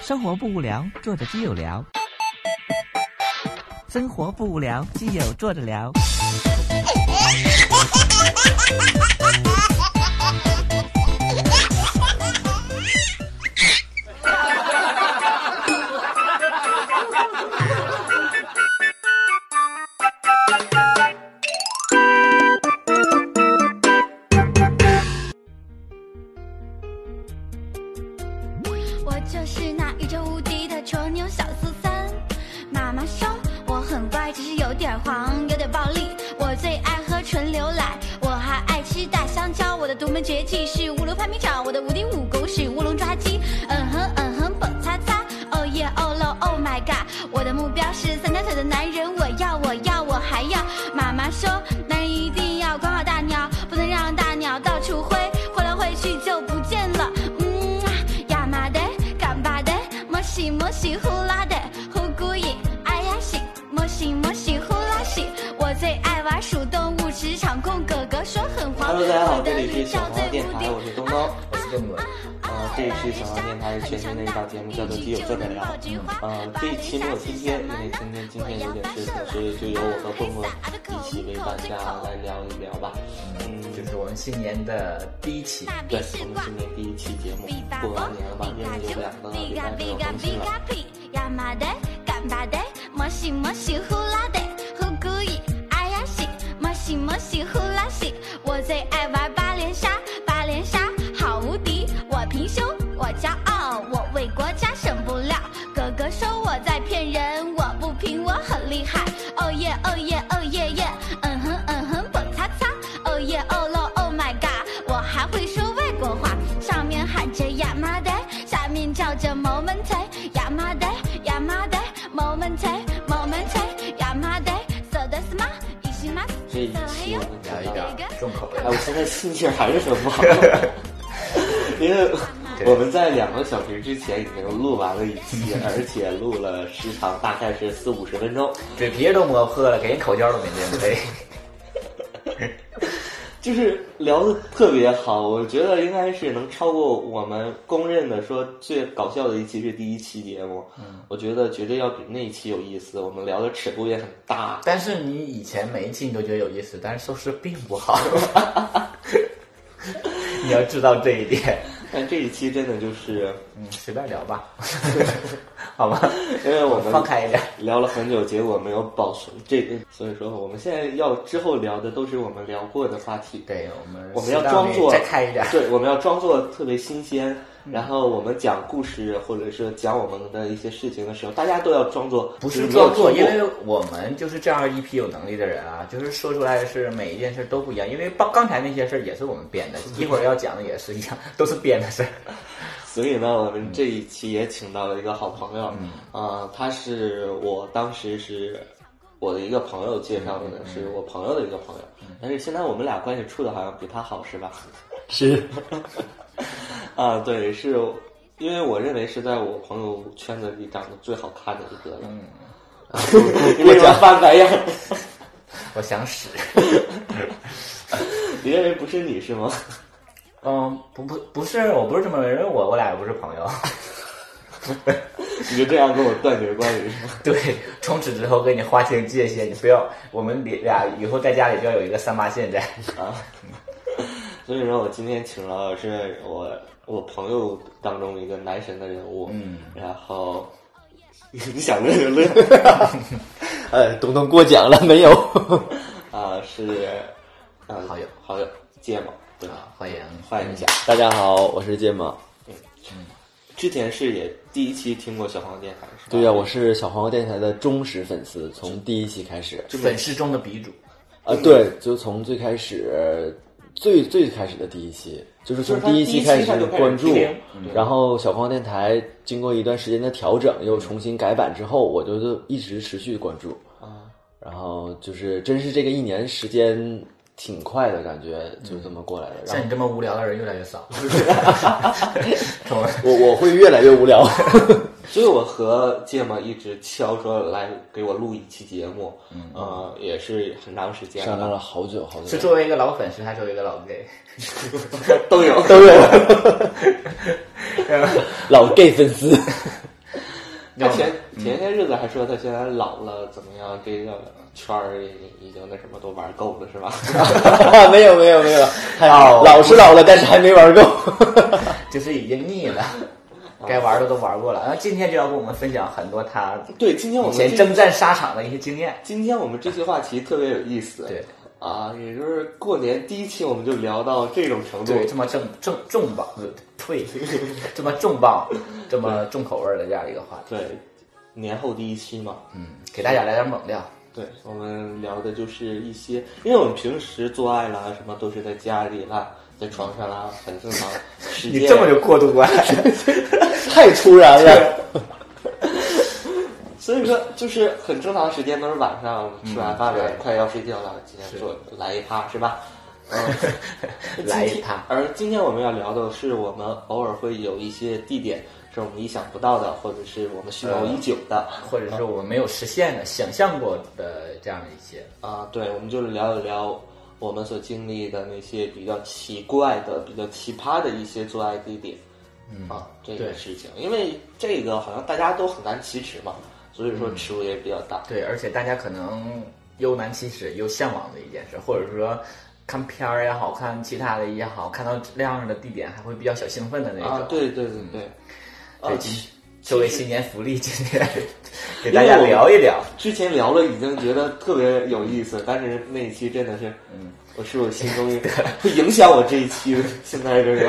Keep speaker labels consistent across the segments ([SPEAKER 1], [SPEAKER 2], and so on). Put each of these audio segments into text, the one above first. [SPEAKER 1] 生活不无聊，坐着基友聊。生活不无聊，基友坐着聊。
[SPEAKER 2] 我就是那宇宙无敌的丑牛小苏三。妈妈说我很乖，只是有点黄，有点暴力。我最爱喝纯牛奶，我还爱吃大香蕉。我的独门绝技是五龙排米掌，我的无敌武功是乌龙抓鸡。嗯哼嗯哼，蹦擦擦，哦耶哦喽，Oh my god！我的目标是三条腿的男人，我要我要我还要。妈妈说男人一定要管好大鸟，不能让大鸟到处飞，挥来挥去就不见了。嗯啊。亚麻得，干巴得，摩西摩西呼啦得，呼咕伊，哎呀西，摩西摩西呼啦西。我最爱玩数动物，职场控哥哥说很黄。
[SPEAKER 3] Hello，大家好，
[SPEAKER 2] 我的
[SPEAKER 3] 这里
[SPEAKER 2] 绿
[SPEAKER 3] 是小
[SPEAKER 2] 罩
[SPEAKER 3] 黄
[SPEAKER 2] 最
[SPEAKER 3] 电
[SPEAKER 2] 无
[SPEAKER 3] 台，
[SPEAKER 2] 敌
[SPEAKER 3] 我是东东。
[SPEAKER 4] 我是邓伦。
[SPEAKER 3] 呃，这一期小黄电台是全新的一档节目，叫做《基友坐着聊》。呃，这一期没有今天，因为今天今天有点事情，所以就由我和棍棍一起为大家来聊一聊吧。嗯，
[SPEAKER 4] 嗯，这是我们新年的第一期。
[SPEAKER 3] 对，我们今年第一期节目，过完年了吧？因为有两个礼拜没有更新了。
[SPEAKER 2] 亚麻得，干巴得，摩西摩西呼啦得，呼咕伊，哎呀西，摩西摩西呼啦西。我最爱玩八连杀，八连杀好无敌，我平胸，我骄傲，我为国家省不了。哥哥说我在骗人，我不拼，我很厉害。哦耶哦耶哦耶耶，嗯哼嗯哼，蹦擦擦，哦耶哦喽，Oh my god，我还会说外国话，上面喊着亚麻得，下面叫着 moment，亚麻得亚麻得 moment moment，亚麻得，so that's my，一起吗？哎
[SPEAKER 3] 这一期我们
[SPEAKER 4] 聊一聊重口味
[SPEAKER 3] 哎，我现在心情还是很不好，因为我们在两个小时之前已经录完了一 期，而且录了时长大概是四五十分钟，
[SPEAKER 4] 嘴皮都磨破了，给人口交都没见过。
[SPEAKER 3] 就是聊的特别好，我觉得应该是能超过我们公认的说最搞笑的一期是第一期节目，
[SPEAKER 4] 嗯
[SPEAKER 3] 我觉得绝对要比那一期有意思，我们聊的尺度也很大，
[SPEAKER 4] 但是你以前每一期你都觉得有意思，但是收视并不好。 你要知道这一点。
[SPEAKER 3] 但这一期真的就是
[SPEAKER 4] 嗯，随便聊 吧，好吧？
[SPEAKER 3] 因为我们
[SPEAKER 4] 放开一点。
[SPEAKER 3] 聊了很久，结果没有保存这个，所以说我们现在要之后聊的都是我们聊过的话题。
[SPEAKER 4] 对我们，
[SPEAKER 3] 我们要装作
[SPEAKER 4] 再开一点。嗯
[SPEAKER 3] 对，我们要装作特别新鲜。然后我们讲故事或者是讲我们的一些事情的时候，大家都要装作
[SPEAKER 4] 不
[SPEAKER 3] 就是没有
[SPEAKER 4] 装作，
[SPEAKER 3] 听
[SPEAKER 4] 因
[SPEAKER 3] 过
[SPEAKER 4] 为我们就是这样一批有能力的人啊，就是说出来的是每一件事都不一样，因为刚刚才那些事儿也是我们编的，一会儿要讲的也是一样， 都是编的事儿。
[SPEAKER 3] 所以呢，我们这一期也请到了一个好朋友，呃，他是我当时是我的一个朋友介绍的，是我朋友的一个朋友，但是现在我们俩关系处的好像比他好，是吧？
[SPEAKER 4] 是，
[SPEAKER 3] 啊，对，是因为我认为是在我朋友圈子里长得最好看的一个了。 嗯，我讲翻白眼儿，
[SPEAKER 4] 我想死。
[SPEAKER 3] 你认为不是你是吗？
[SPEAKER 4] 嗯，不不不是，我不是这么认为，我我俩也不是朋友。
[SPEAKER 3] 你就这样跟我断绝关系是吗？
[SPEAKER 4] 对，从此之后跟你划清界限，你不要，我们俩以后在家里就要有一个三八线在。
[SPEAKER 3] 啊，所以说我今天请到的是我我朋友当中一个男神的人物，嗯，然 后你想乐就 乐，哎
[SPEAKER 5] 呃，东东过奖了没有？
[SPEAKER 3] 啊是，嗯，
[SPEAKER 4] 好友
[SPEAKER 3] 好友芥末对吧？
[SPEAKER 4] 啊欢迎，
[SPEAKER 3] 换一下，
[SPEAKER 5] 大家好，我是芥末。
[SPEAKER 3] 嗯之前是也第一期听过小黄电台是吧？
[SPEAKER 5] 对呀、我是小黄瓜电台的忠实粉丝，从第一期开始
[SPEAKER 4] 粉丝中的鼻祖。
[SPEAKER 5] 啊，对，就从最开始，最最开始的第一期，就是从
[SPEAKER 3] 就是他第
[SPEAKER 5] 一
[SPEAKER 3] 一
[SPEAKER 5] 期
[SPEAKER 3] 期
[SPEAKER 5] 开
[SPEAKER 3] 他就开始
[SPEAKER 5] 关注
[SPEAKER 3] 听嗯，
[SPEAKER 5] 然后小黄瓜电台经过一段时间的调整，又重新改版之后，我就就一直持续关注。
[SPEAKER 3] 啊。
[SPEAKER 5] 然后就是，真是这个一年时间挺快的感觉，就这么过来了。然后
[SPEAKER 4] 像你这么无聊的人越来越 少。从
[SPEAKER 5] 我我会越来越无聊。
[SPEAKER 3] 所以我和芥末一直敲说来给我录一期节目，嗯，呃，也是很长时间
[SPEAKER 5] 商量了好久好 久，
[SPEAKER 4] 是作为一个老粉丝，还是作为一个老 gay？
[SPEAKER 3] 都有
[SPEAKER 5] 都有老 gay 粉丝，
[SPEAKER 3] 他前前些日子还说他现在老了怎么样，这个圈儿已经已经那什么都玩够了是吧？
[SPEAKER 5] 没有没有没有，还
[SPEAKER 4] 哦
[SPEAKER 5] 老是老了，但是还没玩够。
[SPEAKER 4] 就是已经腻 了，该玩的都玩过了。然后今天就要跟我们分享很多他
[SPEAKER 3] 对，今天我
[SPEAKER 4] 以
[SPEAKER 3] 们
[SPEAKER 4] 前
[SPEAKER 3] 这
[SPEAKER 4] 征战沙场的一些经验。
[SPEAKER 3] 今天我们这期话题特别有意思，
[SPEAKER 4] 对
[SPEAKER 3] 啊，也就是过年第一期我们就聊到这种程度，
[SPEAKER 4] 对，这么重重重磅，呃 呸，这么重磅，这么重口味儿的这样一个话题，
[SPEAKER 3] 对年后第一期嘛，
[SPEAKER 4] 嗯，给大家来点猛料。
[SPEAKER 3] 对我们聊的就是一些，因为我们平时做爱啦，什么都是在家里啦，在床上啦，很正 常。世界
[SPEAKER 4] 你这么就过度关，
[SPEAKER 5] 太突然了，
[SPEAKER 3] 所以说就是很正常的时间都是晚上吃完饭了，
[SPEAKER 4] 对
[SPEAKER 3] 快要睡觉了，今天做来一趴是吧？ 嗯，
[SPEAKER 4] 来一
[SPEAKER 3] 今天
[SPEAKER 4] 趴
[SPEAKER 3] 而今天我们要聊的是，我们偶尔会有一些地点是我们意想不到的，或者是我们蓄谋已久的。
[SPEAKER 4] 呃或者是我们没有实现的、想象过的这样的一些，
[SPEAKER 3] 啊，对，我们就聊一聊我们所经历的那些比较奇怪的、比较奇葩的一些做爱地点，嗯啊，这个
[SPEAKER 4] 对
[SPEAKER 3] 事情，因为这个好像大家都很难启齿嘛，所以说尺度也比较大。
[SPEAKER 4] 对，而且大家可能又难启齿又向往的一件事，或者说看片儿也好看，其他的也好，看到这样的地点还会比较小兴奋的那
[SPEAKER 3] 啊
[SPEAKER 4] 种。，
[SPEAKER 3] 对对对对，啊
[SPEAKER 4] 对，
[SPEAKER 3] 其
[SPEAKER 4] 作为新年福利，今 天给大家聊一聊。
[SPEAKER 3] 之前聊了已经觉得特别有意思，但是那一期真的是，嗯，我是我心中 会影响我这一期的现在这个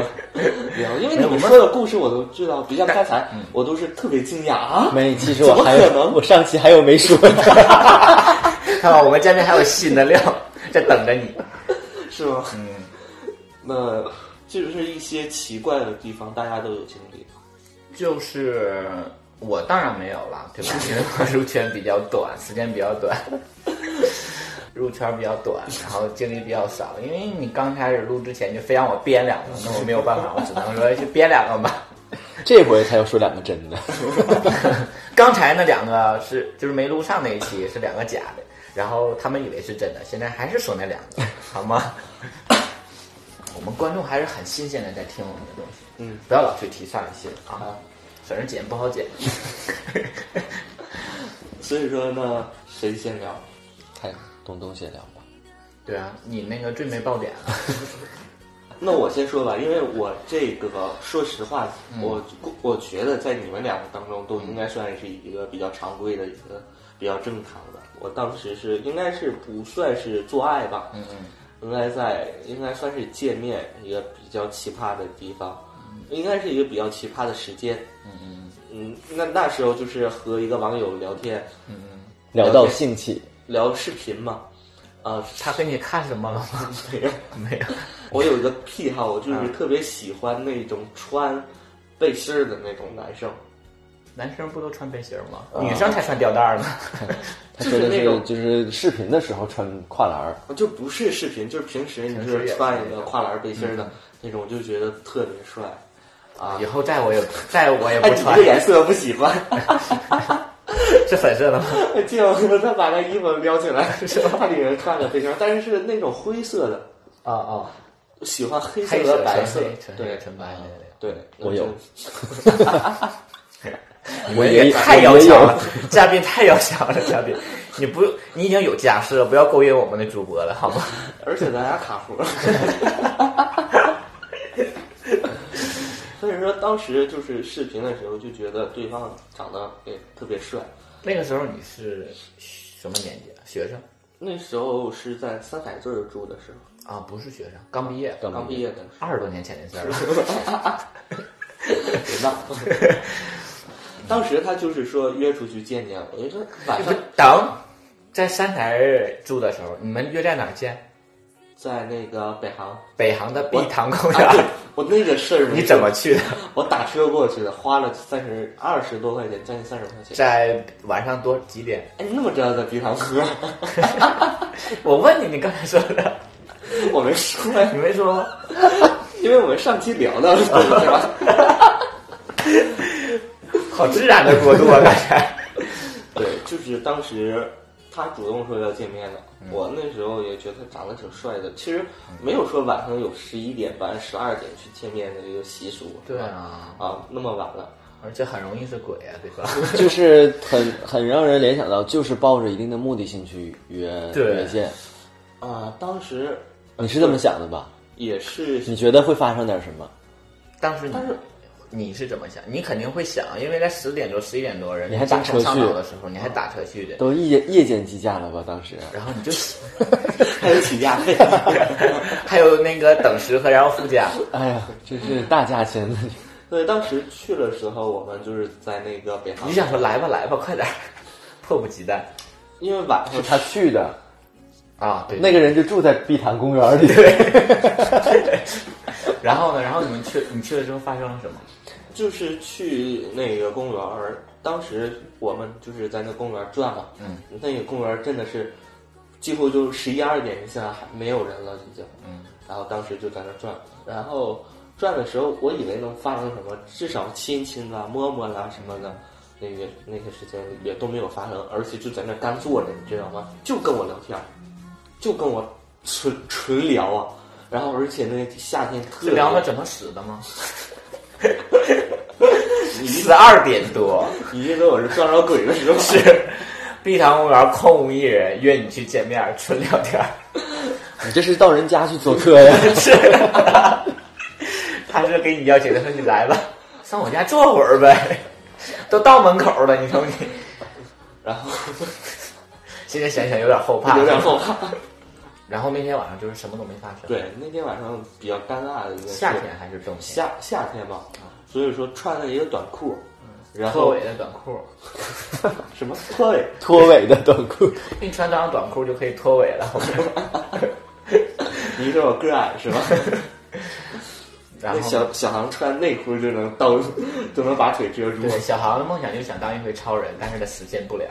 [SPEAKER 3] 聊，因为你们嗯说的故事我都知道，不像刚才我都是特别惊讶啊，
[SPEAKER 5] 没，其实我还
[SPEAKER 3] 怎么可能
[SPEAKER 5] 有，我上期还有没说的。
[SPEAKER 4] 看吧，我们嘉宾还有新的料在等着你。
[SPEAKER 3] 是吗？嗯， 那就是一些奇怪的地方，大家都有经历。
[SPEAKER 4] 就是我当然没有了，对吧？因为我入圈比较短，时间比较短， 入圈比较短，然后经历比较少。因为你刚开始录之前就非让我编两个，那我没有办法，我只能说就编两个吧。
[SPEAKER 5] 这回他要说两个真的，
[SPEAKER 4] 刚才那两个是就是没录上那一期是两个假的，然后他们以为是真的，现在还是说那两 个，好吗？ 我们观众还是很新鲜的在听我们的东西，
[SPEAKER 3] 嗯，
[SPEAKER 4] 不要老去提上一期啊
[SPEAKER 3] 啊，
[SPEAKER 4] 反正剪不好 剪。
[SPEAKER 3] 所以说呢，谁先聊？
[SPEAKER 5] 看东东先聊吧。
[SPEAKER 4] 对啊，你那个最没爆点啊！
[SPEAKER 3] 那我先说吧，因为我这个说实话，我我觉得在你们两个当中都应该算是一个比较常规的一个比较正常的。我当时是应该是不算是做爱吧，嗯嗯，应该在应该算是见面一个比较奇葩的地方，应该是一个比较奇葩的时间，嗯嗯嗯，那那时候就是和一个网友聊天，
[SPEAKER 5] 聊到兴起，
[SPEAKER 3] 聊视频嘛，啊、
[SPEAKER 4] 他给你看什么了吗？ 没有，没有。
[SPEAKER 3] 我有一个癖好，我
[SPEAKER 5] 嗯
[SPEAKER 3] 就是特别喜欢那种穿背心儿的那种男生，
[SPEAKER 4] 男生不都穿背心儿吗？女生才穿吊带 儿呢。
[SPEAKER 5] 他
[SPEAKER 3] 就
[SPEAKER 5] 说
[SPEAKER 3] 是
[SPEAKER 5] 的
[SPEAKER 3] 那
[SPEAKER 5] 是
[SPEAKER 3] 种哦
[SPEAKER 5] 就是视频的时候穿跨栏儿，
[SPEAKER 3] 就不是视频，就是平时你就是穿一个跨栏背心儿
[SPEAKER 5] 嗯
[SPEAKER 3] 的那种，我就觉得特别帅。
[SPEAKER 4] 啊以后再我也再我也
[SPEAKER 3] 哎，
[SPEAKER 4] 不
[SPEAKER 3] 你这
[SPEAKER 4] 穿
[SPEAKER 3] 个，颜色不喜欢，
[SPEAKER 4] 是粉色的吗？
[SPEAKER 3] 就他把那衣服撩起来，怕里人看了背心儿，但是是那种灰色的，
[SPEAKER 4] 啊啊，
[SPEAKER 3] 喜欢黑色
[SPEAKER 4] 黑
[SPEAKER 3] 和
[SPEAKER 4] 色、啊
[SPEAKER 3] 白色
[SPEAKER 4] 纯黑、，纯黑、
[SPEAKER 3] 对
[SPEAKER 4] 纯白的。
[SPEAKER 3] 对，
[SPEAKER 5] 我有
[SPEAKER 4] 你
[SPEAKER 5] 我
[SPEAKER 4] 们
[SPEAKER 5] 也
[SPEAKER 4] 哎也太
[SPEAKER 5] 我
[SPEAKER 4] 要
[SPEAKER 5] 也
[SPEAKER 4] 强
[SPEAKER 5] 有
[SPEAKER 4] 了，嘉宾太要强了，嘉宾，你不，你已经有家室了，不要勾引我们的主播了，好吗？
[SPEAKER 3] 而且咱俩卡活。 所以说，当时就是视频的时候，就觉得对方长得也特别帅。
[SPEAKER 4] 那个时候你是什么年纪啊？学生
[SPEAKER 3] 那时候是在三海镇儿住的时候，
[SPEAKER 4] 啊？不是学生，刚毕业，
[SPEAKER 3] 刚毕业的时候。
[SPEAKER 4] 二十多年前的事儿 了。
[SPEAKER 3] 别闹。 当时他就是说约出去见见我，就说晚上
[SPEAKER 4] 等在三台住的时候，你们约在哪儿见？
[SPEAKER 3] 在那个北 航。
[SPEAKER 4] 北航的碧塘公
[SPEAKER 3] 啊对
[SPEAKER 4] 园。
[SPEAKER 3] 我那个事儿，
[SPEAKER 4] 你怎么？去的？
[SPEAKER 3] 我打车过去的，花了三十二十多块钱，将近三十块钱。
[SPEAKER 4] 在晚上多几点？
[SPEAKER 3] 哎，你那么知道在碧塘喝？
[SPEAKER 4] 我问你，你刚才说的，
[SPEAKER 3] 我没说呀。
[SPEAKER 4] 你没说吗？
[SPEAKER 3] 因为我们上期聊到了，对吧？
[SPEAKER 4] 好自然的过渡啊！刚才
[SPEAKER 3] 对，就是当时他主动说要见面的，
[SPEAKER 4] 嗯
[SPEAKER 3] 我那时候也觉得他长得挺帅的。其实没有说晚上有十一点半、十二点去见面的这个习俗，
[SPEAKER 4] 对啊，
[SPEAKER 3] 啊，那么晚了。
[SPEAKER 4] 而且很容易是鬼啊，对吧？
[SPEAKER 5] 就是很很让人联想到，就是抱着一定的目的性去约
[SPEAKER 4] 对
[SPEAKER 5] 约见。
[SPEAKER 3] 啊、当时
[SPEAKER 5] 你是这么想的吧？
[SPEAKER 3] 也是
[SPEAKER 5] 你觉得会发生点什么？
[SPEAKER 4] 当时你你是怎么想？你肯定会想，因为在十点多、十一点多人
[SPEAKER 5] 你还打车
[SPEAKER 4] 精神上脑
[SPEAKER 5] 去啊
[SPEAKER 4] 的时候，你还打车去的，
[SPEAKER 5] 都夜夜间计价了吧？当时
[SPEAKER 4] 然后你就
[SPEAKER 3] 还有起价费，
[SPEAKER 4] 还有那个等时和然后附加，
[SPEAKER 5] 哎呀，这是大价钱的，
[SPEAKER 3] 对，当时去的时候，我们就是在那个北航
[SPEAKER 4] 你，想说来吧来吧，快点儿，迫不及待
[SPEAKER 3] 因为晚上
[SPEAKER 5] 是他去的，
[SPEAKER 4] 啊！对，
[SPEAKER 5] 那个人就住在碧潭公园里。
[SPEAKER 4] 然后呢？然后你们去，你去了之后发生了什么？
[SPEAKER 3] 就是去那个公园儿，当时我们就是在那公园儿转嘛，
[SPEAKER 4] 嗯，
[SPEAKER 3] 那个公园儿真的是几乎就十一二点，现在还没有人了已经，
[SPEAKER 4] 嗯，
[SPEAKER 3] 然后当时就在那转，然后转的时候我以为能发生什么，至少亲亲啦、摸摸啦什么的。那个那些事情也都没有发生，而且就在那干坐着，你知道吗？就跟我聊天儿，就跟我纯纯聊啊。然后而且那夏天特
[SPEAKER 4] 是
[SPEAKER 3] 别
[SPEAKER 4] 聊了整个死的吗？
[SPEAKER 3] 你一
[SPEAKER 4] 十二点多，
[SPEAKER 3] 你一说我是撞着鬼了是 吧？是
[SPEAKER 4] 碧塘公园空无一人，约你去见面，纯聊天儿。
[SPEAKER 5] 你这是到人家去做客呀？
[SPEAKER 4] 是，他是给你邀请的，说你来吧，上我家坐会儿呗。 都到门口了，你瞅你，
[SPEAKER 3] 然后
[SPEAKER 4] 现在想想有点后怕，
[SPEAKER 3] 有 点后。怕。
[SPEAKER 4] 然后那天晚上就是什么都没发生。，
[SPEAKER 3] 对，那天晚上比较尴尬的一件事，
[SPEAKER 4] 夏天还是冬天，
[SPEAKER 3] 夏夏天嘛，所以说穿了一个短裤，然
[SPEAKER 4] 嗯拖
[SPEAKER 3] 后
[SPEAKER 4] 尾的短裤，
[SPEAKER 3] 什么拖尾，
[SPEAKER 5] 拖尾的短裤，
[SPEAKER 4] 你穿这样短裤就可以拖尾了。后 面
[SPEAKER 3] 你说我个儿矮是吧？
[SPEAKER 4] 然
[SPEAKER 3] 那
[SPEAKER 4] 后
[SPEAKER 3] 小小航穿内裤就能到，就能把腿遮住。
[SPEAKER 4] 对，小航的梦想就是想当一回超人，但是他实现不了。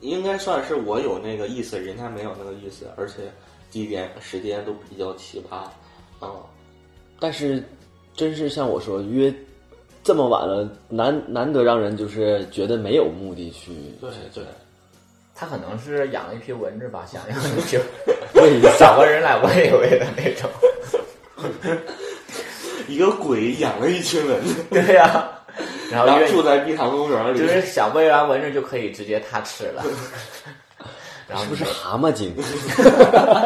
[SPEAKER 3] 应该算是我有那个意思，人家没有那个意思，而且地点时间都比较奇葩，嗯，
[SPEAKER 5] 但是真是像我说约。这么晚了，难难得让人就是觉得没有目的去，
[SPEAKER 3] 对，
[SPEAKER 4] 他可能是养了一批蚊子吧，想 要你就
[SPEAKER 5] 喂一
[SPEAKER 4] 找
[SPEAKER 5] 下，
[SPEAKER 4] 个人来喂一喂的那种。
[SPEAKER 3] 一个鬼养了一群蚊子，
[SPEAKER 4] 对呀、然后
[SPEAKER 3] 然后
[SPEAKER 4] 愿意
[SPEAKER 3] 住在碧塘公园里，
[SPEAKER 4] 就是想喂完蚊子就可以直接他吃了。然后
[SPEAKER 5] 是
[SPEAKER 4] 你
[SPEAKER 5] 不是蛤蟆精？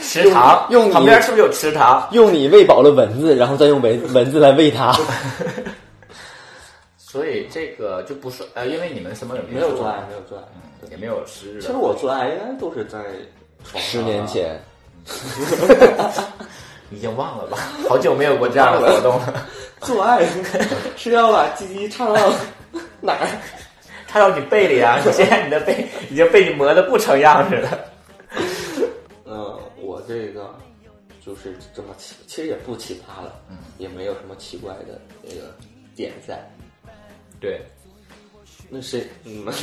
[SPEAKER 4] 食堂
[SPEAKER 5] 用你
[SPEAKER 4] 旁边是不是有池塘？
[SPEAKER 5] 用你喂饱了蚊子，然后再用蚊蚊子来喂它。
[SPEAKER 4] 所以这个就不是呃，因为你们什么也
[SPEAKER 3] 没
[SPEAKER 4] 没
[SPEAKER 3] 有啊
[SPEAKER 4] 有
[SPEAKER 3] 做
[SPEAKER 4] 做
[SPEAKER 3] 爱，没有做爱。
[SPEAKER 4] 也没有实日
[SPEAKER 3] 其实我做爱应该都是在床上啊
[SPEAKER 5] 十年前，
[SPEAKER 4] 已经忘了吧，好久没有过这样的活动了。
[SPEAKER 3] 做爱哎是要把鸡鸡插到哪儿？
[SPEAKER 4] 插到你背里啊，你现在你的背已经被你磨得不成样子了。
[SPEAKER 3] 嗯，我这个就是这么奇，其实也不奇葩了，嗯，也没有什么奇怪的那个点在。
[SPEAKER 4] 对，
[SPEAKER 3] 那谁，你们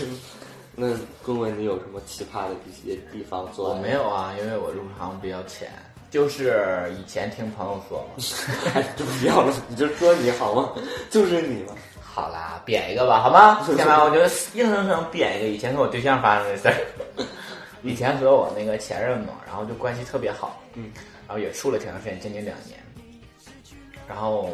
[SPEAKER 3] 那公文你有什么奇葩的一些地方做
[SPEAKER 4] 我
[SPEAKER 3] 爱？
[SPEAKER 4] 没有啊，因为我入行比较浅，就是以前听朋友说嘛。
[SPEAKER 3] 哎，就不要了，你就说你好吗？就是你嘛。
[SPEAKER 4] 好啦，贬一个吧，好吗？天哪，我觉得硬生生贬一个以前跟我对象发生的事儿。以前和我那个前任嘛，然后就关系特别好，
[SPEAKER 3] 嗯，
[SPEAKER 4] 然后也处了挺长时间，将近两年，然后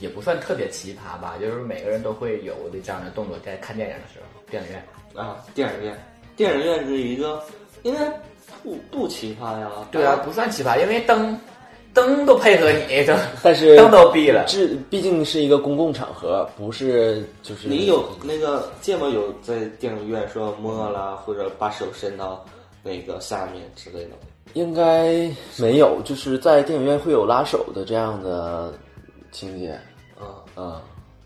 [SPEAKER 4] 也不算特别奇葩吧，就是每个人都会有的这样的动作，在看电影的时候，电影院。
[SPEAKER 3] 啊，电影院，电影院是一个应该不不奇葩呀。
[SPEAKER 4] 对啊，不算奇葩，因为灯灯都配合你，灯
[SPEAKER 5] 但是
[SPEAKER 4] 灯都闭了，
[SPEAKER 5] 这毕竟是一个公共场合，不是就是
[SPEAKER 3] 你有那个见过有在电影院说摸啦，或者把手伸到那个下面之类的吗？
[SPEAKER 5] 应该没有，就是在电影院会有拉手的这样的情节
[SPEAKER 3] 啊、
[SPEAKER 5] 啊、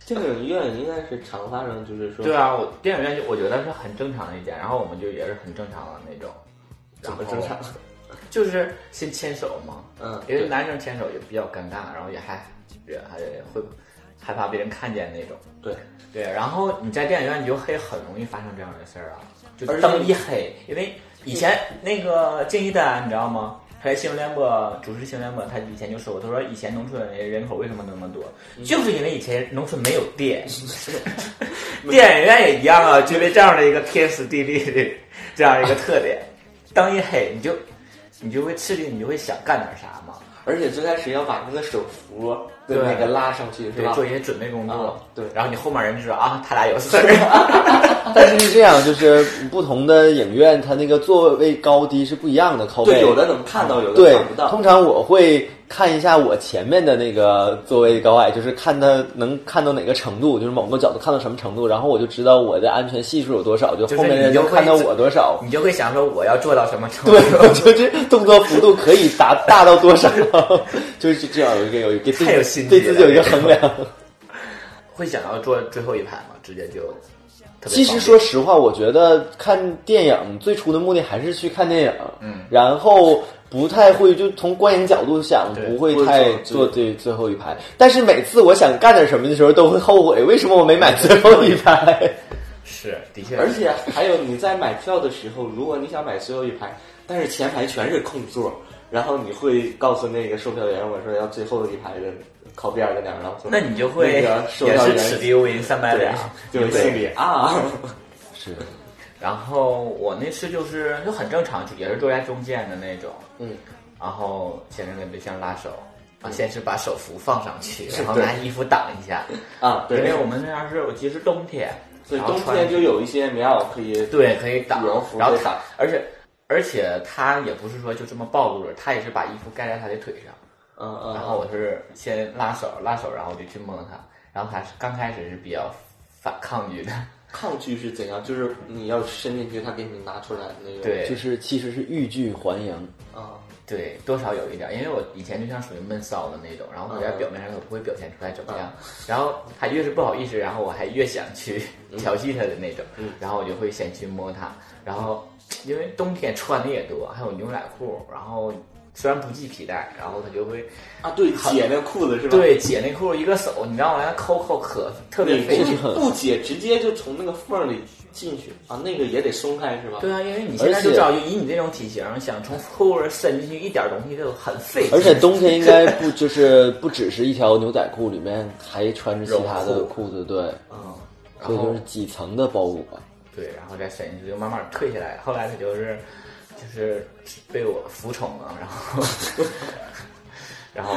[SPEAKER 3] 电影院应该是常发生，就是说
[SPEAKER 4] 对啊，我电影院就我觉得是很正常的一件，然后我们就也是很正常的那种，
[SPEAKER 3] 怎么
[SPEAKER 4] 然后
[SPEAKER 3] 正常？
[SPEAKER 4] 就是先牵手嘛，
[SPEAKER 3] 嗯
[SPEAKER 4] 因为
[SPEAKER 3] 对
[SPEAKER 4] 男生牵手也比较尴尬，然后也害，也还会害怕别人看见那种。
[SPEAKER 3] 对，
[SPEAKER 4] 对，然后你在电影院你就黑，很容易发生这样的事儿啊，就
[SPEAKER 3] 而且
[SPEAKER 4] 灯一黑，因为以前那个敬一啊丹你知道吗？他在新闻联播主持新闻联播，他以前就说过，他说以前农村人口为什么那么多，就是因为以前农村没有电，嗯 电影院也一样啊，具备这样的一个天时地利的这样一个特点，灯一黑你就你就会吃力，你就会想干点啥嘛。
[SPEAKER 3] 而且最开始要把那个手扶，跟那个拉上去是
[SPEAKER 4] 对
[SPEAKER 3] 吧？
[SPEAKER 4] 做一些准备工作
[SPEAKER 3] 啊，对
[SPEAKER 4] 然后你后面人就说啊，他俩有事儿，
[SPEAKER 5] 但是是这样，就是不同的影院，它那个座位高低是不一样的，靠背
[SPEAKER 3] 对，有的能看到，有的
[SPEAKER 5] 对
[SPEAKER 3] 看不，到
[SPEAKER 5] 通。常我会看一下我前面的那个座位高矮，就是看它能看到哪个程度，就是某个角度看到什么程度，然后我就知道我的安全系数有多少，就
[SPEAKER 4] 就是
[SPEAKER 5] 后面人
[SPEAKER 4] 你就
[SPEAKER 5] 能
[SPEAKER 4] 会
[SPEAKER 5] 看到我多少。
[SPEAKER 4] 你就会想说我要做到什么程度
[SPEAKER 5] 对，？我就这动作幅度可以达大到多少，就是这样有一个有一个对
[SPEAKER 4] 太有心机
[SPEAKER 5] 对
[SPEAKER 4] 了
[SPEAKER 5] 自己有一个衡量。
[SPEAKER 4] 会想要坐最后一排吗？直接就特别
[SPEAKER 5] 其实
[SPEAKER 4] 方便
[SPEAKER 5] 说实话，我觉得看电影最初的目的还是去看电影，
[SPEAKER 4] 嗯
[SPEAKER 5] 然后不太会就从观影角度想，
[SPEAKER 4] 对
[SPEAKER 5] 不会
[SPEAKER 3] 不会
[SPEAKER 5] 太
[SPEAKER 3] 坐
[SPEAKER 5] 坐最最后一排。但是每次我想干点什么的时候，都会后悔 为什么我没买最后一排。
[SPEAKER 4] 是的确，
[SPEAKER 3] 而且还有你在买票的时候，如果你想买最后一排，但是前排全是空座，然后你会告诉那个售票员，我说要最后一排的靠边儿的两张座。
[SPEAKER 4] 那你就会
[SPEAKER 3] 那个售
[SPEAKER 4] 也
[SPEAKER 3] 票
[SPEAKER 4] 是
[SPEAKER 3] 员
[SPEAKER 4] 此地无银三百
[SPEAKER 3] 对
[SPEAKER 4] 两
[SPEAKER 3] 啊，，就
[SPEAKER 4] 对
[SPEAKER 3] 是心里啊，
[SPEAKER 5] 是，
[SPEAKER 4] 然后我那次就是就很正常，就也是坐在中间的那种，
[SPEAKER 3] 嗯，
[SPEAKER 4] 然后先是跟对象拉手，啊，先是把手扶放上去，然后
[SPEAKER 3] 对
[SPEAKER 4] 拿衣服挡一下，
[SPEAKER 3] 啊，
[SPEAKER 4] 因
[SPEAKER 3] 对
[SPEAKER 4] 为，我们那样是我记得是冬天，
[SPEAKER 3] 所以
[SPEAKER 4] 然后
[SPEAKER 3] 冬
[SPEAKER 4] 穿
[SPEAKER 3] 天就有一些棉袄可以
[SPEAKER 4] 对可以挡，
[SPEAKER 3] 羽绒服
[SPEAKER 4] 然后
[SPEAKER 3] 可以挡
[SPEAKER 4] 而且而且他也不是说就这么暴露了，他也是把衣服盖在他的腿上，
[SPEAKER 3] 嗯嗯，
[SPEAKER 4] 然后我是先拉手拉手，然后我就去摸他，然后他是刚开始是比较反抗拒的，
[SPEAKER 3] 抗拒是怎样？就是你要伸进去，他给你拿出来那个。
[SPEAKER 4] 对，
[SPEAKER 5] 就是其实是欲拒还迎，
[SPEAKER 3] 啊，
[SPEAKER 4] 对，多少有一点儿，因为我以前就像属于闷骚的那种，然后我在
[SPEAKER 5] 嗯
[SPEAKER 4] 表面上可不会表现出来怎么样， 然后他越是不好意思，然后我还越想去
[SPEAKER 5] 嗯
[SPEAKER 4] 调戏他的那种，然后我就会先去摸他，然后因为冬天穿的也多，还有牛仔裤，然后虽然不系皮带，然后他就会
[SPEAKER 3] 啊，对，解那裤子是吧？，
[SPEAKER 4] 对解内裤一个手，你知道往下抠抠可特别
[SPEAKER 3] 你
[SPEAKER 4] 费
[SPEAKER 3] 不
[SPEAKER 4] 劲。
[SPEAKER 3] 不解，直接就从那个缝里进去啊，那个也得松开是吧？
[SPEAKER 4] 对啊，因为你现在
[SPEAKER 5] 而且
[SPEAKER 4] 就知道，就以你这种体型，想从后边伸进去一点儿东西就很费劲。
[SPEAKER 5] 而且冬天应该不就是不只是一条牛仔裤，里面还穿着其他的
[SPEAKER 4] 绒
[SPEAKER 5] 裤子，对，
[SPEAKER 3] 嗯，
[SPEAKER 4] 然
[SPEAKER 5] 所以就
[SPEAKER 4] 后
[SPEAKER 5] 是几层的包裹。
[SPEAKER 4] 对，然后再沈就慢慢退下来。后来他就是就是被我服从了，然后然后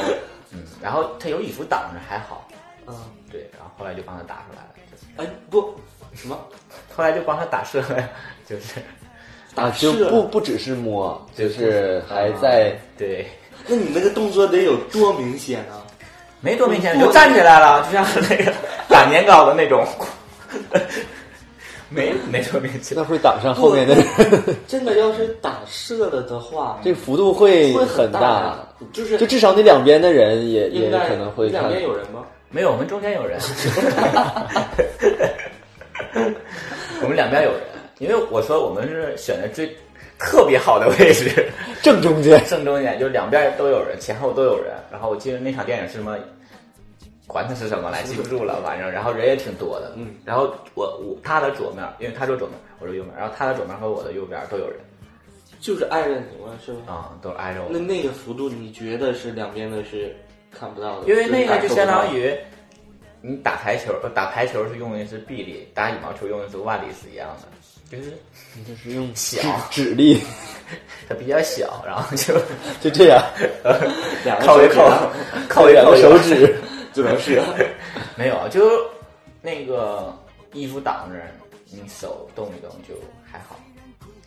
[SPEAKER 4] 嗯，然后他有衣服挡着还好，
[SPEAKER 3] 嗯，
[SPEAKER 4] 对，然后后来就帮他打出来了，就是
[SPEAKER 3] 哎不，什么？
[SPEAKER 4] 后来就帮他打射了，就是
[SPEAKER 5] 啊，就
[SPEAKER 3] 射
[SPEAKER 5] 不不只是摸，就是还
[SPEAKER 3] 啊
[SPEAKER 5] 在
[SPEAKER 4] 对，
[SPEAKER 3] 那你那个动作得有多明显啊？
[SPEAKER 4] 没多明显就站起来了，就像那个 打年糕的那种， 没没多明显
[SPEAKER 5] 那。会挡上后面的人，
[SPEAKER 3] 这个要是打射了的话，
[SPEAKER 5] 这幅度会
[SPEAKER 3] 会
[SPEAKER 5] 很
[SPEAKER 3] 大
[SPEAKER 5] 大
[SPEAKER 3] 呀，，就是
[SPEAKER 5] 就至少你两边的人也也
[SPEAKER 3] 应该
[SPEAKER 5] 可能会
[SPEAKER 3] 你
[SPEAKER 5] 看
[SPEAKER 3] 两。边有人吗？
[SPEAKER 4] 没有，我们中间有人。 我们两边有人，因为我说我们是选的最特别好的位置，
[SPEAKER 5] 正中间，
[SPEAKER 4] 正中间就两边都有人，前后都有人。然后我记得那场电影是什么，管它是什么来，记不住了，反正然后人也挺多的。
[SPEAKER 3] 嗯，
[SPEAKER 4] 然后我我他的左面，因为他坐左面，我坐右面，然后他的左面和我的右边都有人
[SPEAKER 3] 就是挨着你们是吧？
[SPEAKER 4] 啊、都挨着我
[SPEAKER 3] 那。那个幅度，你觉得是两边的是看不到的？
[SPEAKER 4] 因为那个
[SPEAKER 3] 是
[SPEAKER 4] 就
[SPEAKER 3] 感受
[SPEAKER 4] 相
[SPEAKER 3] 不到
[SPEAKER 4] 当于你打台球，呃打排球是用的是臂力，打羽毛球用的是腕力是一样的，就是
[SPEAKER 5] 就是用
[SPEAKER 4] 小
[SPEAKER 5] 指力，
[SPEAKER 4] 它比较小，然后就
[SPEAKER 5] 就这样，
[SPEAKER 3] 两个
[SPEAKER 4] 靠一
[SPEAKER 3] 手指
[SPEAKER 4] 靠
[SPEAKER 3] 啊，
[SPEAKER 4] 靠一
[SPEAKER 5] 两
[SPEAKER 4] 靠
[SPEAKER 5] 个
[SPEAKER 4] 一
[SPEAKER 5] 手指，
[SPEAKER 3] 只能 是
[SPEAKER 4] 没有，啊就是那个衣服挡着，你手动一动就还好。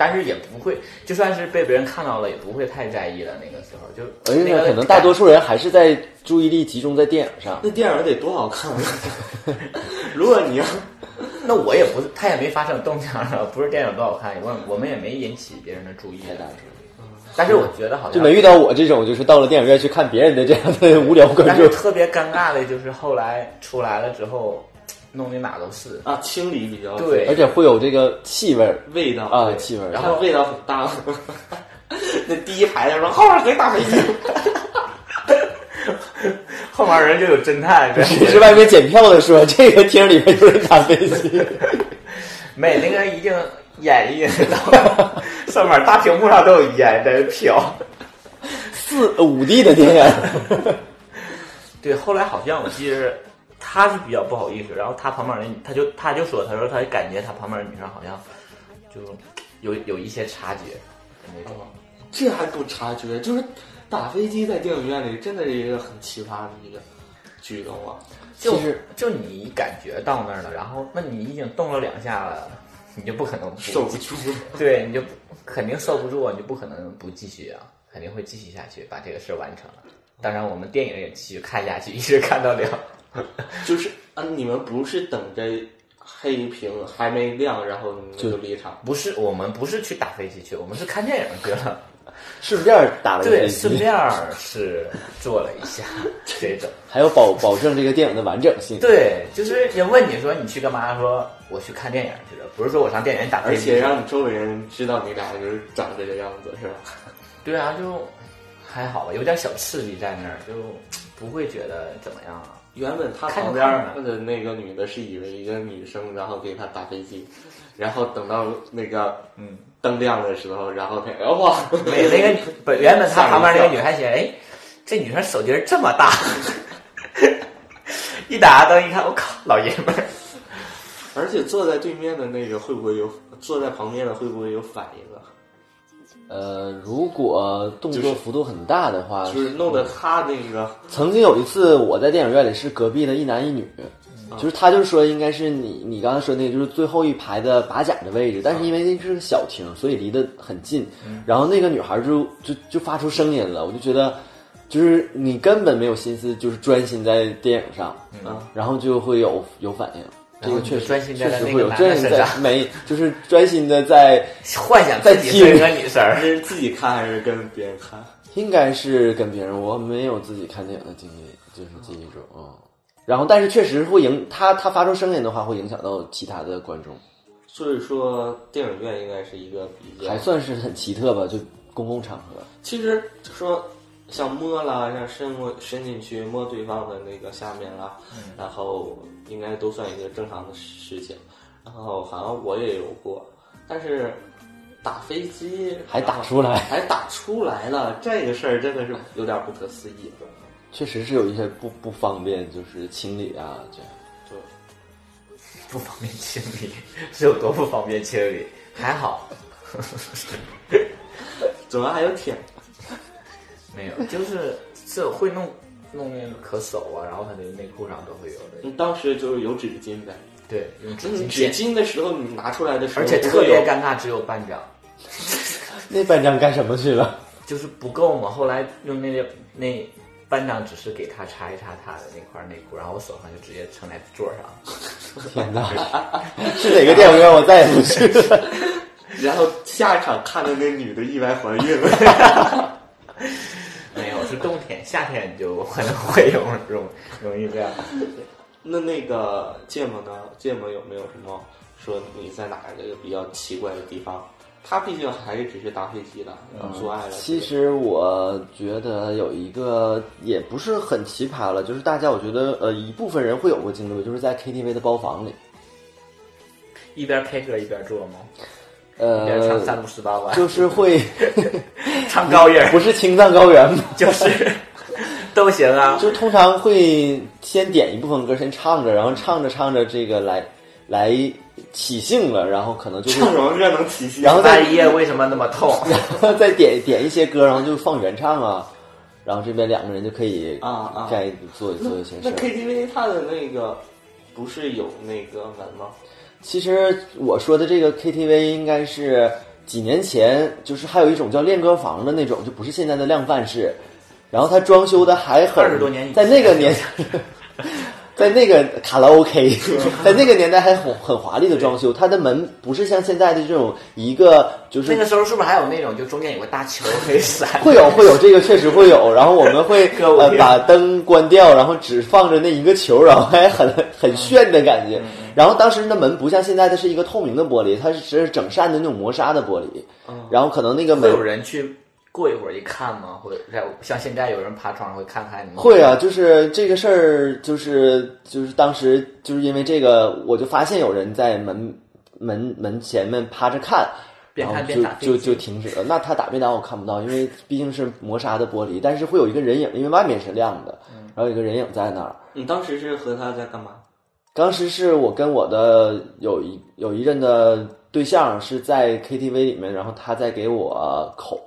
[SPEAKER 4] 但是也不会，就算是被别人看到了，也不会太在意了。那个时候就，
[SPEAKER 5] 而且
[SPEAKER 4] 那个
[SPEAKER 5] 呃可能大多数人还是在注意力集中在电影上。
[SPEAKER 3] 那电影得多好 看啊！如果你要。
[SPEAKER 4] 那我也不是，他也没发生动静了，不是电影多好看，我我们也没引起别人的注意。但是我觉得好像
[SPEAKER 5] 就没遇到我这种，就是到了电影院去看别人的这样的无聊观
[SPEAKER 4] 但
[SPEAKER 5] 众
[SPEAKER 4] 是。特别尴尬的就是后来出来了之后，弄得哪都是
[SPEAKER 3] 啊，清理比较
[SPEAKER 4] 对
[SPEAKER 5] 而且会有这个气味儿
[SPEAKER 3] 味道
[SPEAKER 5] 啊，
[SPEAKER 3] 对
[SPEAKER 5] 气味儿。
[SPEAKER 3] 然后味道很 大。那第一排的说后面谁打飞机？
[SPEAKER 4] 后面人就有侦探，这
[SPEAKER 5] 只 是外面检票的说，这个厅里面有人打飞机，
[SPEAKER 4] 没那个已经演绎 到上面大屏幕上都有烟在飘。
[SPEAKER 5] 四五 D 的 电影。
[SPEAKER 4] 对，后来好像我记得他是比较不好意思，然后他旁边人他就他就说，他说他感觉他旁边女生好像就有有一些察觉的那种。
[SPEAKER 3] 这还不察觉，就是打飞机在电影院里真的是一个很奇葩的一个。举动啊了。
[SPEAKER 4] 就
[SPEAKER 5] 其实
[SPEAKER 4] 就你感觉到那儿了，然后那你已经动了两下了，你就不可能不
[SPEAKER 3] 受不住，
[SPEAKER 4] 对，你就不肯定受不住啊，你就不可能不继续啊，肯定会继续下去，把这个事儿完成了。当然，我们电影也继续看下去，一直看到了。
[SPEAKER 3] 就是啊，你们不是等着黑屏还没亮，然后你们就离场，
[SPEAKER 4] 不是，我们不是去打飞机去，我们是看电影去了。
[SPEAKER 5] 顺便打了个
[SPEAKER 4] 对，
[SPEAKER 5] 飞机
[SPEAKER 4] 顺便儿是做了一下这种。
[SPEAKER 5] 还要保保证这个电影的完整性。
[SPEAKER 4] 对，就是人问你说你去干嘛，说我去看电影去了，不是说我上电影院打
[SPEAKER 3] 而
[SPEAKER 4] 飞机。
[SPEAKER 3] 且让周围人知道你俩就是长这个样子，是吧？
[SPEAKER 4] 对啊，就还好吧，有点小刺激在那儿，就不会觉得怎么样啊。
[SPEAKER 3] 原本他
[SPEAKER 4] 看
[SPEAKER 3] 旁
[SPEAKER 4] 着看
[SPEAKER 3] 边的那个女的是以为一个女生，然后给他打飞机，然后等到那个
[SPEAKER 4] 嗯，
[SPEAKER 3] 灯亮的时候，然后他哎哇，
[SPEAKER 4] 没那个本原本他旁边那个女孩嫌，哎，这女生手劲儿这么大， 一打灯一看，我靠，老爷们儿。
[SPEAKER 3] 而且坐在对面的那个会不会有坐在旁边的会不会有反应啊？
[SPEAKER 5] 呃，如果动
[SPEAKER 3] 就
[SPEAKER 5] 作
[SPEAKER 3] 是
[SPEAKER 5] 幅度很大的话，
[SPEAKER 3] 就是弄得他那个
[SPEAKER 5] 曾经有一次，我在电影院里是隔壁的一男一女，
[SPEAKER 3] 嗯
[SPEAKER 5] 就是他就说应该是你你刚才说那个就是最后一排的把甲的位置，但是因为那是个小厅，所以离得很近。
[SPEAKER 3] 嗯
[SPEAKER 5] 然后那个女孩就就就发出声音了，我就觉得就是你根本没有心思，就是专心在电影上，
[SPEAKER 3] 啊，
[SPEAKER 5] 然后就会有有反应。这
[SPEAKER 4] 然后
[SPEAKER 5] 个
[SPEAKER 4] 你
[SPEAKER 5] 确
[SPEAKER 4] 就
[SPEAKER 5] 实
[SPEAKER 4] 专心在
[SPEAKER 5] 确实
[SPEAKER 4] 那个
[SPEAKER 5] 会有
[SPEAKER 4] 男的
[SPEAKER 5] 专心
[SPEAKER 4] 身
[SPEAKER 5] 在
[SPEAKER 4] 上
[SPEAKER 5] 没就是专心的在
[SPEAKER 4] 幻想自己是一个女生儿
[SPEAKER 3] 这，是自己看还是跟别人看？
[SPEAKER 5] 应该是跟别人，我没有自己看电影的经历，就是记忆中，嗯。然后，但是确实会影他他发出声音的话，会影响到其他的观众，
[SPEAKER 3] 所以说电影院应该是一个比较
[SPEAKER 5] 还算是很奇特吧，就公共场合。
[SPEAKER 3] 其实说像摸啦，像伸过伸进去摸对方的那个下面啦，
[SPEAKER 5] 嗯
[SPEAKER 3] 然后应该都算一个正常的事情。然后好像我也有过，但是打飞机
[SPEAKER 5] 还打
[SPEAKER 3] 然后
[SPEAKER 5] 出来
[SPEAKER 3] 还打出来了，这个事儿真的是有点不可思议。
[SPEAKER 5] 确实是有一些不不方便，就是清理啊这样。
[SPEAKER 3] 对，
[SPEAKER 4] 不方便清理，是有多不方便清理？还好，
[SPEAKER 3] 怎么还有舔？
[SPEAKER 4] 没有，就是是会弄弄那个可手啊，然后他的内裤上都会有的。
[SPEAKER 3] 你嗯当时就是有纸巾呗，
[SPEAKER 4] 对，用纸
[SPEAKER 3] 你
[SPEAKER 5] 嗯
[SPEAKER 4] 巾
[SPEAKER 3] 纸
[SPEAKER 4] 垫，
[SPEAKER 3] 巾的时候你拿出来的时候，
[SPEAKER 4] 而且特别尴尬，只有半张，
[SPEAKER 5] 那班长干什么去了？
[SPEAKER 4] 就是不够嘛。后来用那个那班长只是给他擦一擦他的那块内裤，然后我手上就直接撑在桌上。
[SPEAKER 5] 天哪， 是哪个电影院？我再也不去了。
[SPEAKER 3] 然后下一场看到那女的意外怀孕了，
[SPEAKER 4] 没有，是冬天，夏天就可能会有容容易这样。
[SPEAKER 3] 那那个芥末呢？芥末有没有什么说你在哪一个比较奇怪的地方？他毕竟还是只是搭飞机的，做爱了。
[SPEAKER 5] 嗯其实我觉得有一个也不是很奇葩了，就是大家我觉得呃一部分人会有过经历，就是在 KTV 的包房里，
[SPEAKER 4] 一边 K 歌一边做吗？一边唱
[SPEAKER 5] 呃
[SPEAKER 4] 三，不十八弯，
[SPEAKER 5] 就是会
[SPEAKER 4] 唱高 音儿，
[SPEAKER 5] 不是青藏高原吗？
[SPEAKER 4] 就是都行啊。
[SPEAKER 5] 就通常会先点一部分歌，先唱着，然后唱着唱着这个来来起兴了，然后可能就
[SPEAKER 3] 唱什
[SPEAKER 5] 会，
[SPEAKER 3] 么热能起兴？
[SPEAKER 5] 然后再
[SPEAKER 4] 半夜为什么那么痛？
[SPEAKER 5] 再点点一些歌，然后就放原唱啊，然后这边两个人就可以
[SPEAKER 3] 啊啊
[SPEAKER 5] 该做做一些事
[SPEAKER 3] 那
[SPEAKER 5] 儿。
[SPEAKER 3] KTV 它的那个不是有那个门吗？
[SPEAKER 5] 其实我说的这个 KTV 应该是几年前，就是还有一种叫练歌房的那种，就不是现在的量贩式，然后它装修的还很
[SPEAKER 4] 20多年以前
[SPEAKER 5] 在那 个年，在那个卡拉 OK，在
[SPEAKER 4] 嗯
[SPEAKER 5] 那个年代还很很华丽的装修，它的门不是像现在的这种一个就 是
[SPEAKER 4] 那个时候是不是还有那种就中间有个大球可以闪？
[SPEAKER 5] 会有会有这个确实会有，然后我们会
[SPEAKER 4] 歌舞
[SPEAKER 5] 呃
[SPEAKER 4] 厅
[SPEAKER 5] 把灯关掉，然后只放着那一个球，然后还很很
[SPEAKER 4] 嗯
[SPEAKER 5] 炫的感觉。然后当时那门不像现在的是一个透明的玻璃，它是是整扇的那种磨砂的玻璃。然后可能那个
[SPEAKER 4] 哦会
[SPEAKER 5] 门
[SPEAKER 4] 有人去过一会儿一看吗？或者在像现在有人爬窗户会看看你吗？
[SPEAKER 5] 会啊，就是这个事儿，就是就是当时就是因为这个，我就发现有人在门门门前面趴着看，
[SPEAKER 4] 边看
[SPEAKER 5] 然后
[SPEAKER 4] 边打飞
[SPEAKER 5] 就就
[SPEAKER 4] 机
[SPEAKER 5] 就停止了。那他打边打我看不到，因为毕竟是磨砂的玻璃，但是会有一个人影，因为外面是亮的，
[SPEAKER 4] 嗯
[SPEAKER 5] 然后有一个人影在那儿。
[SPEAKER 3] 你当时是和他在干嘛？
[SPEAKER 5] 当时是我跟我的有一有一任的对象是在 KTV 里面，然后他在给我口，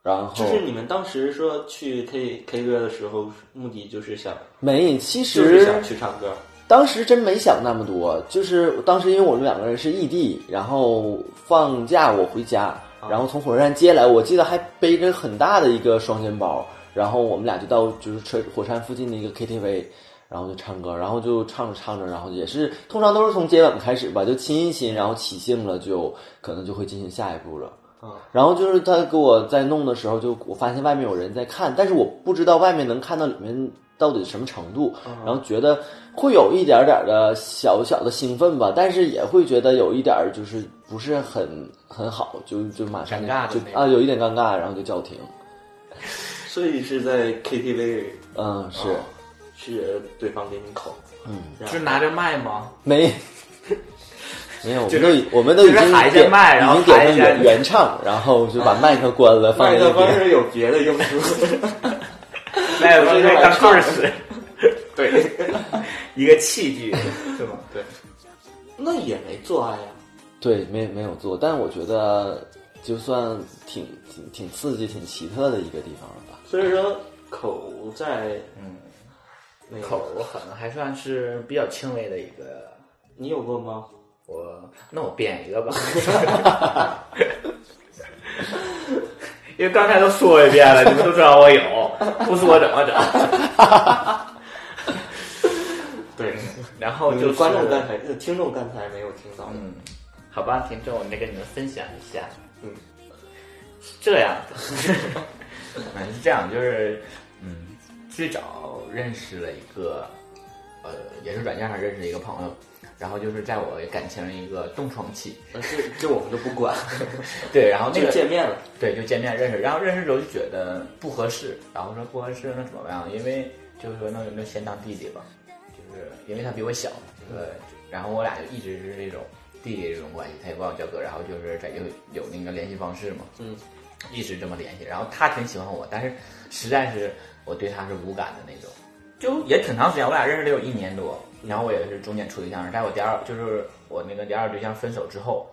[SPEAKER 5] 然后
[SPEAKER 3] 就是你们当时说去 K K 歌的时候，目的就是想
[SPEAKER 5] 没，其
[SPEAKER 3] 就
[SPEAKER 5] 实
[SPEAKER 3] 是想去唱歌，
[SPEAKER 5] 当时真没想那么多，就是当时因为我们两个人是异地，然后放假我回家，然后从火车站接来，我记得还背着很大的一个双肩包，然后我们俩就到就是车火车站附近的一个 KTV，然后就唱歌，然后就唱着唱着，然后也是通常都是从接吻开始吧，就亲一亲，然后起兴了就可能就会进行下一步了。
[SPEAKER 4] 嗯
[SPEAKER 5] 然后就是他给我在弄的时候，就我发现外面有人在看，但是我不知道外面能看到里面到底什么程度，
[SPEAKER 4] 嗯
[SPEAKER 5] 然后觉得会有一点点的小小的兴奋吧，但是也会觉得有一点儿就是不是很很好，就就马上
[SPEAKER 4] 尴尬的
[SPEAKER 5] 就
[SPEAKER 4] 那种
[SPEAKER 5] 啊有一点尴尬，然后就叫停。
[SPEAKER 3] 所以是在 K T V 里
[SPEAKER 5] 嗯，是、
[SPEAKER 3] 哦是对方给你口，嗯，
[SPEAKER 4] 是拿着麦吗？
[SPEAKER 5] 没 没有，我
[SPEAKER 4] 就是
[SPEAKER 5] 们都已我们都
[SPEAKER 4] 就
[SPEAKER 5] 已
[SPEAKER 4] 是
[SPEAKER 5] 经
[SPEAKER 4] 喊一下
[SPEAKER 5] 点
[SPEAKER 4] 麦然后
[SPEAKER 5] 已经点
[SPEAKER 4] 喊
[SPEAKER 5] 了
[SPEAKER 4] 一下
[SPEAKER 5] 原原唱， 然后就把麦克关了，放
[SPEAKER 3] 麦
[SPEAKER 5] 在
[SPEAKER 3] 克
[SPEAKER 5] 一
[SPEAKER 3] 风
[SPEAKER 5] 边。
[SPEAKER 3] 是有哎别的用处，
[SPEAKER 4] 麦克风是当棍儿 使，
[SPEAKER 3] 对，
[SPEAKER 4] 一个器具，是吗？对，
[SPEAKER 3] 那也没做爱呀，
[SPEAKER 5] 对，没没有做，但我觉得就算挺挺挺刺激、挺奇特的一个地方了吧。
[SPEAKER 3] 所以说口在嗯那个
[SPEAKER 4] 口我可能还算是比较轻微的一个。
[SPEAKER 3] 你有过吗？
[SPEAKER 4] 我那我编一个吧， 因为刚才都说一遍了，你们都知道我有，不说怎 么整？
[SPEAKER 3] 对，
[SPEAKER 4] 然后就是
[SPEAKER 3] 观众刚才、呃听众刚才没有听到，
[SPEAKER 4] 哦嗯，好吧，听众，我再跟你们分享一下。
[SPEAKER 3] 嗯，
[SPEAKER 4] 这样的，嗯，是这样，就是嗯，最早认识了一个，呃，也是软件上认识的一个朋友，然后就是在我感情一个冻疮期，
[SPEAKER 3] 那这这我们就不管，
[SPEAKER 4] 对，然后那
[SPEAKER 3] 就
[SPEAKER 4] 个
[SPEAKER 3] 见面了，
[SPEAKER 4] 对，就见面认识，然后认识之后就觉得不合适，然后说不合适那怎么办？因为就是说那那先当弟弟吧，就是因为他比我小，这个，然后我俩就一直是这种弟弟这种关系，他也管我叫哥，然后就是在有有那个联系方式嘛，
[SPEAKER 3] 嗯，
[SPEAKER 4] 一直这么联系，然后他挺喜欢我，但是实在是我对他是无感的那种，就也挺长时间，我俩认识得有一年多，然后我也是中间处对象，在我第二就是我那个第二对象分手之后。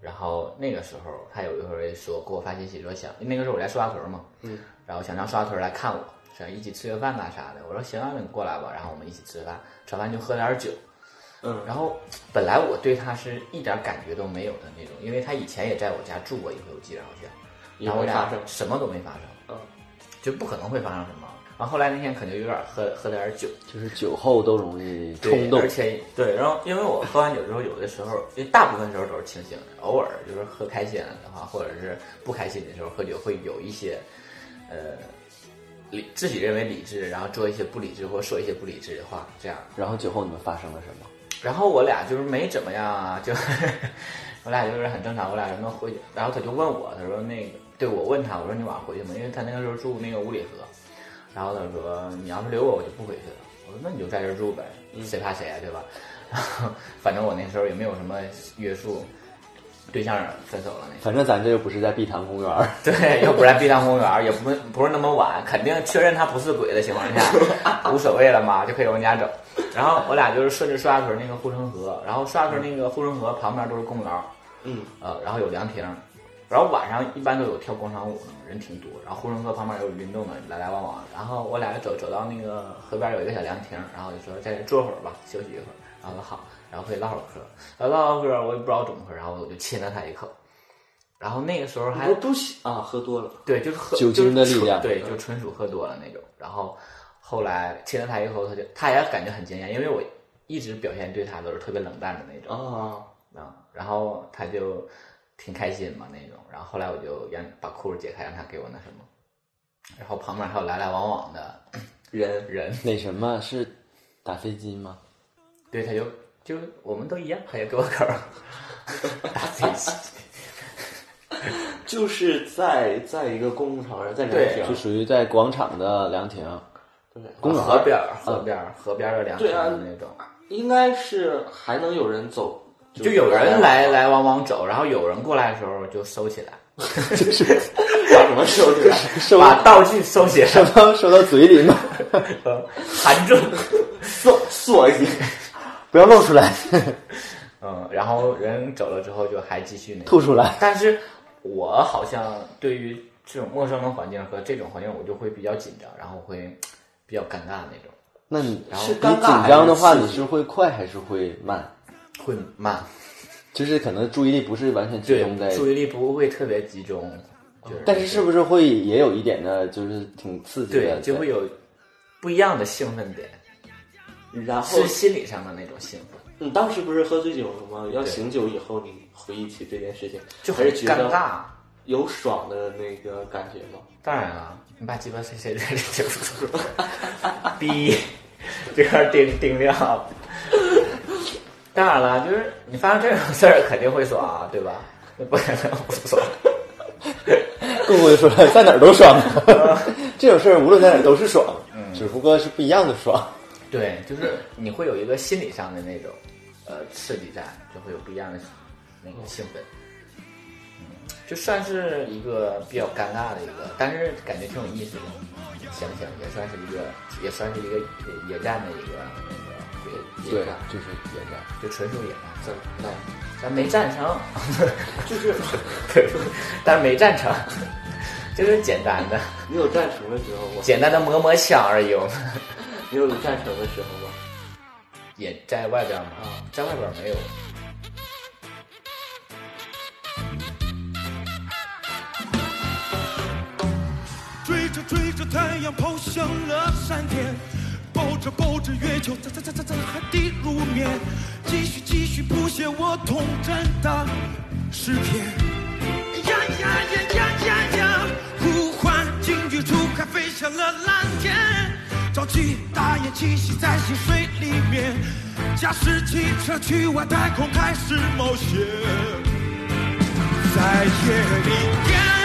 [SPEAKER 4] 然后那个时候，他有一会儿说给我发信息说想，那个时候我在刷屯嘛，
[SPEAKER 3] 嗯，
[SPEAKER 4] 然后想让刷屯来看我，想一起吃个饭呐啥的。我说行啊，那你过来吧，然后我们一起吃饭，吃完就喝点酒。
[SPEAKER 3] 嗯，
[SPEAKER 4] 然后本来我对他是一点感觉都没有的那种，因为他以前也在我家住过一回，我记得好像，
[SPEAKER 3] 也
[SPEAKER 4] 然后我
[SPEAKER 3] 没
[SPEAKER 4] 俩
[SPEAKER 3] 发生，
[SPEAKER 4] 什么都没发生，
[SPEAKER 3] 嗯，
[SPEAKER 4] 就不可能会发生什么。然后后来那天可能有点喝喝了点酒，
[SPEAKER 5] 就是酒后都容易
[SPEAKER 4] 对
[SPEAKER 5] 冲动
[SPEAKER 4] 而，且对，然后因为我喝完酒之后，有的时候，因为大部分时候都是清醒的，偶尔就是喝开心了的话，或者是不开心的时候喝酒，会有一些，呃，理自己认为理智，然后做一些不理智或者说一些不理智的话，这样。
[SPEAKER 5] 然后酒后你们发生了什么？
[SPEAKER 4] 然后我俩就是没怎么样啊，就 我俩就是很正常，我俩什么回去，然后他就问我，他说那个，对我问他，我说你晚上回去吗？因为他那个时候住那个五里河，然后他说嗯你要是留我，我就不回去了。我说那你就在这儿住呗， 谁怕谁啊，对吧？ 然后反正我那时候也没有什么约束，对象啊分手了那时候。
[SPEAKER 5] 反正咱这又不是在碧潭公园儿，
[SPEAKER 4] 对，又不在碧浪公园，也不不是那么晚，肯定确认他不是鬼的情况 下，无所谓了嘛，就可以往家走。然后我俩就是顺着刷屯那个护城河，然后刷屯那个护城河旁边都是公园，
[SPEAKER 3] 嗯，
[SPEAKER 4] 呃，然后有凉亭，然后晚上一般都有跳广场舞的，人挺多。然后护城河旁边有运动的，来来往往。然后我俩走走到那个河边有一个小凉亭，然后就说在这坐会儿吧，休息一会儿。然后说好，然后可以唠会儿嗑。然后唠会儿嗑，我也不知道怎么回事，然后我就亲了他一口。然后那个时候还
[SPEAKER 3] 我不喜啊，喝多了，
[SPEAKER 4] 对，就是喝
[SPEAKER 5] 酒精的力
[SPEAKER 4] 就是
[SPEAKER 5] 量嗯
[SPEAKER 4] 纯对，就纯属喝多了那种。然后后来亲了他以后，他就他也感觉很惊讶，因为我一直表现对他都是特别冷淡的那种
[SPEAKER 3] 啊，
[SPEAKER 5] 嗯
[SPEAKER 4] 啊。然后他就挺开心嘛那种。然后后来我就让把裤子解开，让他给我那什么。然后旁边还有来来往往的
[SPEAKER 3] 人
[SPEAKER 4] 人，
[SPEAKER 5] 那什么是打飞机吗？
[SPEAKER 4] 对，他就就我们都一样，他也给我口儿 打飞机。
[SPEAKER 3] 就是在在一个公共场合，在
[SPEAKER 4] 对
[SPEAKER 3] 人
[SPEAKER 5] 就
[SPEAKER 3] 群，
[SPEAKER 5] 属于在广场的凉 亭，
[SPEAKER 3] 对，
[SPEAKER 5] 公园
[SPEAKER 4] 啊河
[SPEAKER 5] 儿嗯
[SPEAKER 4] 边儿，河边儿，河边儿的凉亭
[SPEAKER 3] 对啊
[SPEAKER 4] 的那种。
[SPEAKER 3] 应该是还能有人走，
[SPEAKER 4] 就有人来 来往往走，然后有人过来的时候就收起来，
[SPEAKER 3] 把什么收起来，
[SPEAKER 5] 收
[SPEAKER 4] 把道具收起
[SPEAKER 5] 收
[SPEAKER 4] 来，
[SPEAKER 5] 到收到嘴里吗？
[SPEAKER 4] 含住，
[SPEAKER 3] 锁锁起，
[SPEAKER 5] 不要露出来，
[SPEAKER 4] 嗯，然后人走了之后就还继续那个。
[SPEAKER 5] 吐出来。
[SPEAKER 4] 但是我好像对于这种陌生的环境和这种环境，我就会比较紧张，然后会比较尴尬那种，
[SPEAKER 5] 那你
[SPEAKER 4] 然后
[SPEAKER 5] 你
[SPEAKER 4] 是
[SPEAKER 5] 紧
[SPEAKER 4] 尴尬还是
[SPEAKER 5] 张的话，
[SPEAKER 4] 刺激
[SPEAKER 5] 你是会快还是会慢？
[SPEAKER 4] 会慢，
[SPEAKER 5] 就是可能注意力不是完全集
[SPEAKER 4] 对
[SPEAKER 5] 中在，，
[SPEAKER 4] 注意力不会特别集中，就是
[SPEAKER 5] 哦但是是不是会也有一点的，就是挺刺激的
[SPEAKER 4] 对，，就会有不一样的兴奋点，
[SPEAKER 3] 然后
[SPEAKER 4] 是心理上的那种兴奋，
[SPEAKER 3] 你嗯当时不是喝醉酒了吗？要醒酒以后，你回忆起这件事情，
[SPEAKER 4] 就
[SPEAKER 3] 还
[SPEAKER 4] 很
[SPEAKER 3] 是觉
[SPEAKER 4] 尴
[SPEAKER 3] 得
[SPEAKER 4] 尬。
[SPEAKER 3] 有爽的那个感觉吗？
[SPEAKER 4] 当然了，你把鸡巴谁谁谁谁谁，逼， 这块盯盯掉。当然了，就是你发生这种事儿肯定会爽啊，对吧？那不可能不爽。
[SPEAKER 5] 更会说在哪儿都 爽，这种事儿无论在哪儿都是爽，
[SPEAKER 4] 嗯
[SPEAKER 5] 只不过是不一样的爽。
[SPEAKER 4] 对，就是你会有一个心理上的那种呃刺激在，就会有不一样的那个兴奋。嗯，就算是一个比较尴尬的一个，但是感觉挺有意思的。想想也算是一个，也算是一个野野战的一个那个野野战，
[SPEAKER 5] 就是也这样。
[SPEAKER 4] 就纯属野战。
[SPEAKER 3] 怎那
[SPEAKER 4] 咱没战成， 就是，但是没战成，就是简单的、
[SPEAKER 3] 你有战成的时候吗？
[SPEAKER 4] 简单的磨磨枪而已。我们
[SPEAKER 3] 你有战成的时候吗？
[SPEAKER 4] 也在外边嘛，在外边没有。
[SPEAKER 6] 追着追着太阳跑向了山巅，抱着抱着月球在在在在在海底入眠，继续继续谱写我童真的诗篇。呀呀呀呀呀呀！呼唤金鱼初开，飞向了蓝天。朝气大雁栖息在溪水里面，驾驶汽车去外太空开始冒险。在夜里，感